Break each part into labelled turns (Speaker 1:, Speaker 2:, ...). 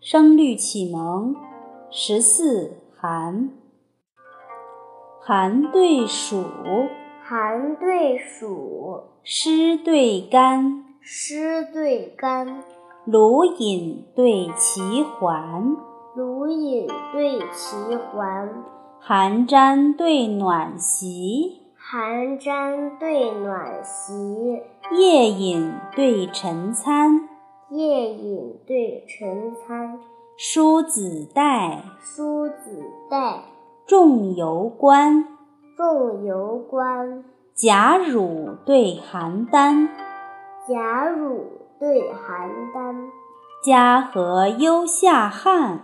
Speaker 1: 声律启蒙十四寒，寒对暑，
Speaker 2: 寒对暑，
Speaker 1: 湿对干，
Speaker 2: 湿对干，
Speaker 1: 卢饮对齐桓，
Speaker 2: 卢饮对齐桓，
Speaker 1: 寒毡对暖席，
Speaker 2: 寒毡对暖席，
Speaker 1: 夜饮对晨餐，
Speaker 2: 夜饮对晨餐，
Speaker 1: 书子带，
Speaker 2: 书子带，
Speaker 1: 仲由官，
Speaker 2: 仲由官，
Speaker 1: 贾乳对邯郸，
Speaker 2: 贾乳对邯郸，
Speaker 1: 嘉禾优下汉，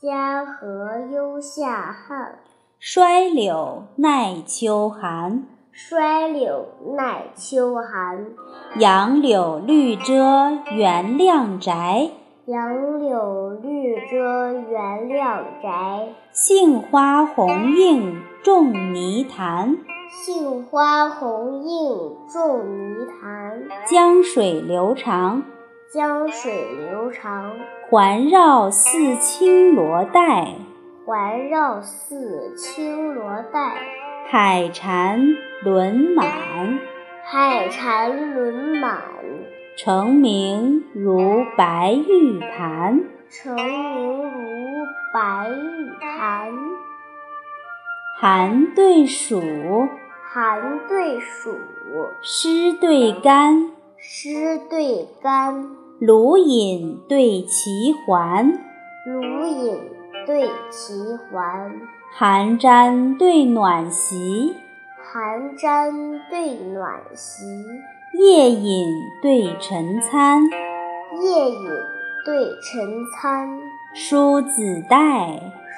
Speaker 2: 嘉禾优下汉，
Speaker 1: 衰柳耐秋寒，
Speaker 2: 衰柳耐秋寒，
Speaker 1: 杨柳绿遮原亮宅，
Speaker 2: 杨柳绿遮原亮宅，
Speaker 1: 杏花红映众泥潭，
Speaker 2: 杏花红映众泥潭，
Speaker 1: 江水流长
Speaker 2: 江水流长，
Speaker 1: 环绕似青罗带，
Speaker 2: 环绕似青罗带，
Speaker 1: 海蟾轮满，
Speaker 2: 海蟾轮满，
Speaker 1: 澄明如白玉盘。
Speaker 2: 澄明如白玉盘。
Speaker 1: 寒对暑，
Speaker 2: 寒对暑，
Speaker 1: 湿对干，
Speaker 2: 湿对干，
Speaker 1: 卢饮对齐桓，
Speaker 2: 如饮对齐桓，
Speaker 1: 寒毡对暖席，
Speaker 2: 寒毡对暖席，
Speaker 1: 夜饮对晨餐，
Speaker 2: 夜饮对晨餐，
Speaker 1: 书子带，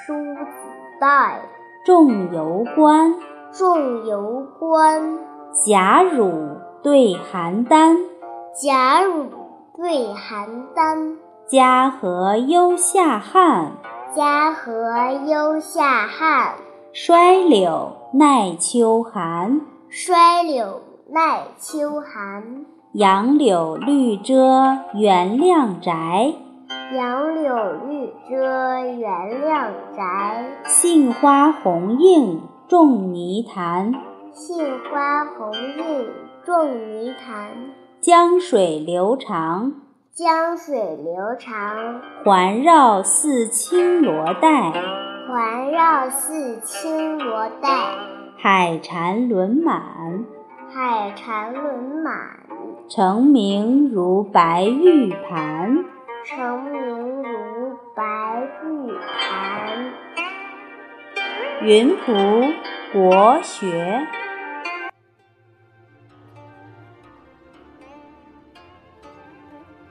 Speaker 2: 书子带，
Speaker 1: 仲由官，
Speaker 2: 众游观，
Speaker 1: 贾乳对邯郸，
Speaker 2: 贾乳对邯郸，
Speaker 1: 嘉禾优下汉，
Speaker 2: 嘉禾优下汉，
Speaker 1: 衰柳耐秋寒。
Speaker 2: 衰柳耐秋寒。
Speaker 1: 杨柳绿遮原亮宅，
Speaker 2: 杨柳绿遮原亮宅，
Speaker 1: 杏花红映众泥潭。
Speaker 2: 杏花红映众泥潭。
Speaker 1: 江水流长，
Speaker 2: 江水流长，
Speaker 1: 环绕似青罗带。
Speaker 2: 环绕似青罗带。
Speaker 1: 海蟾轮满，
Speaker 2: 海蟾轮满，
Speaker 1: 澄明如白玉盘。
Speaker 2: 澄明如白玉盘。
Speaker 1: 云浦国学。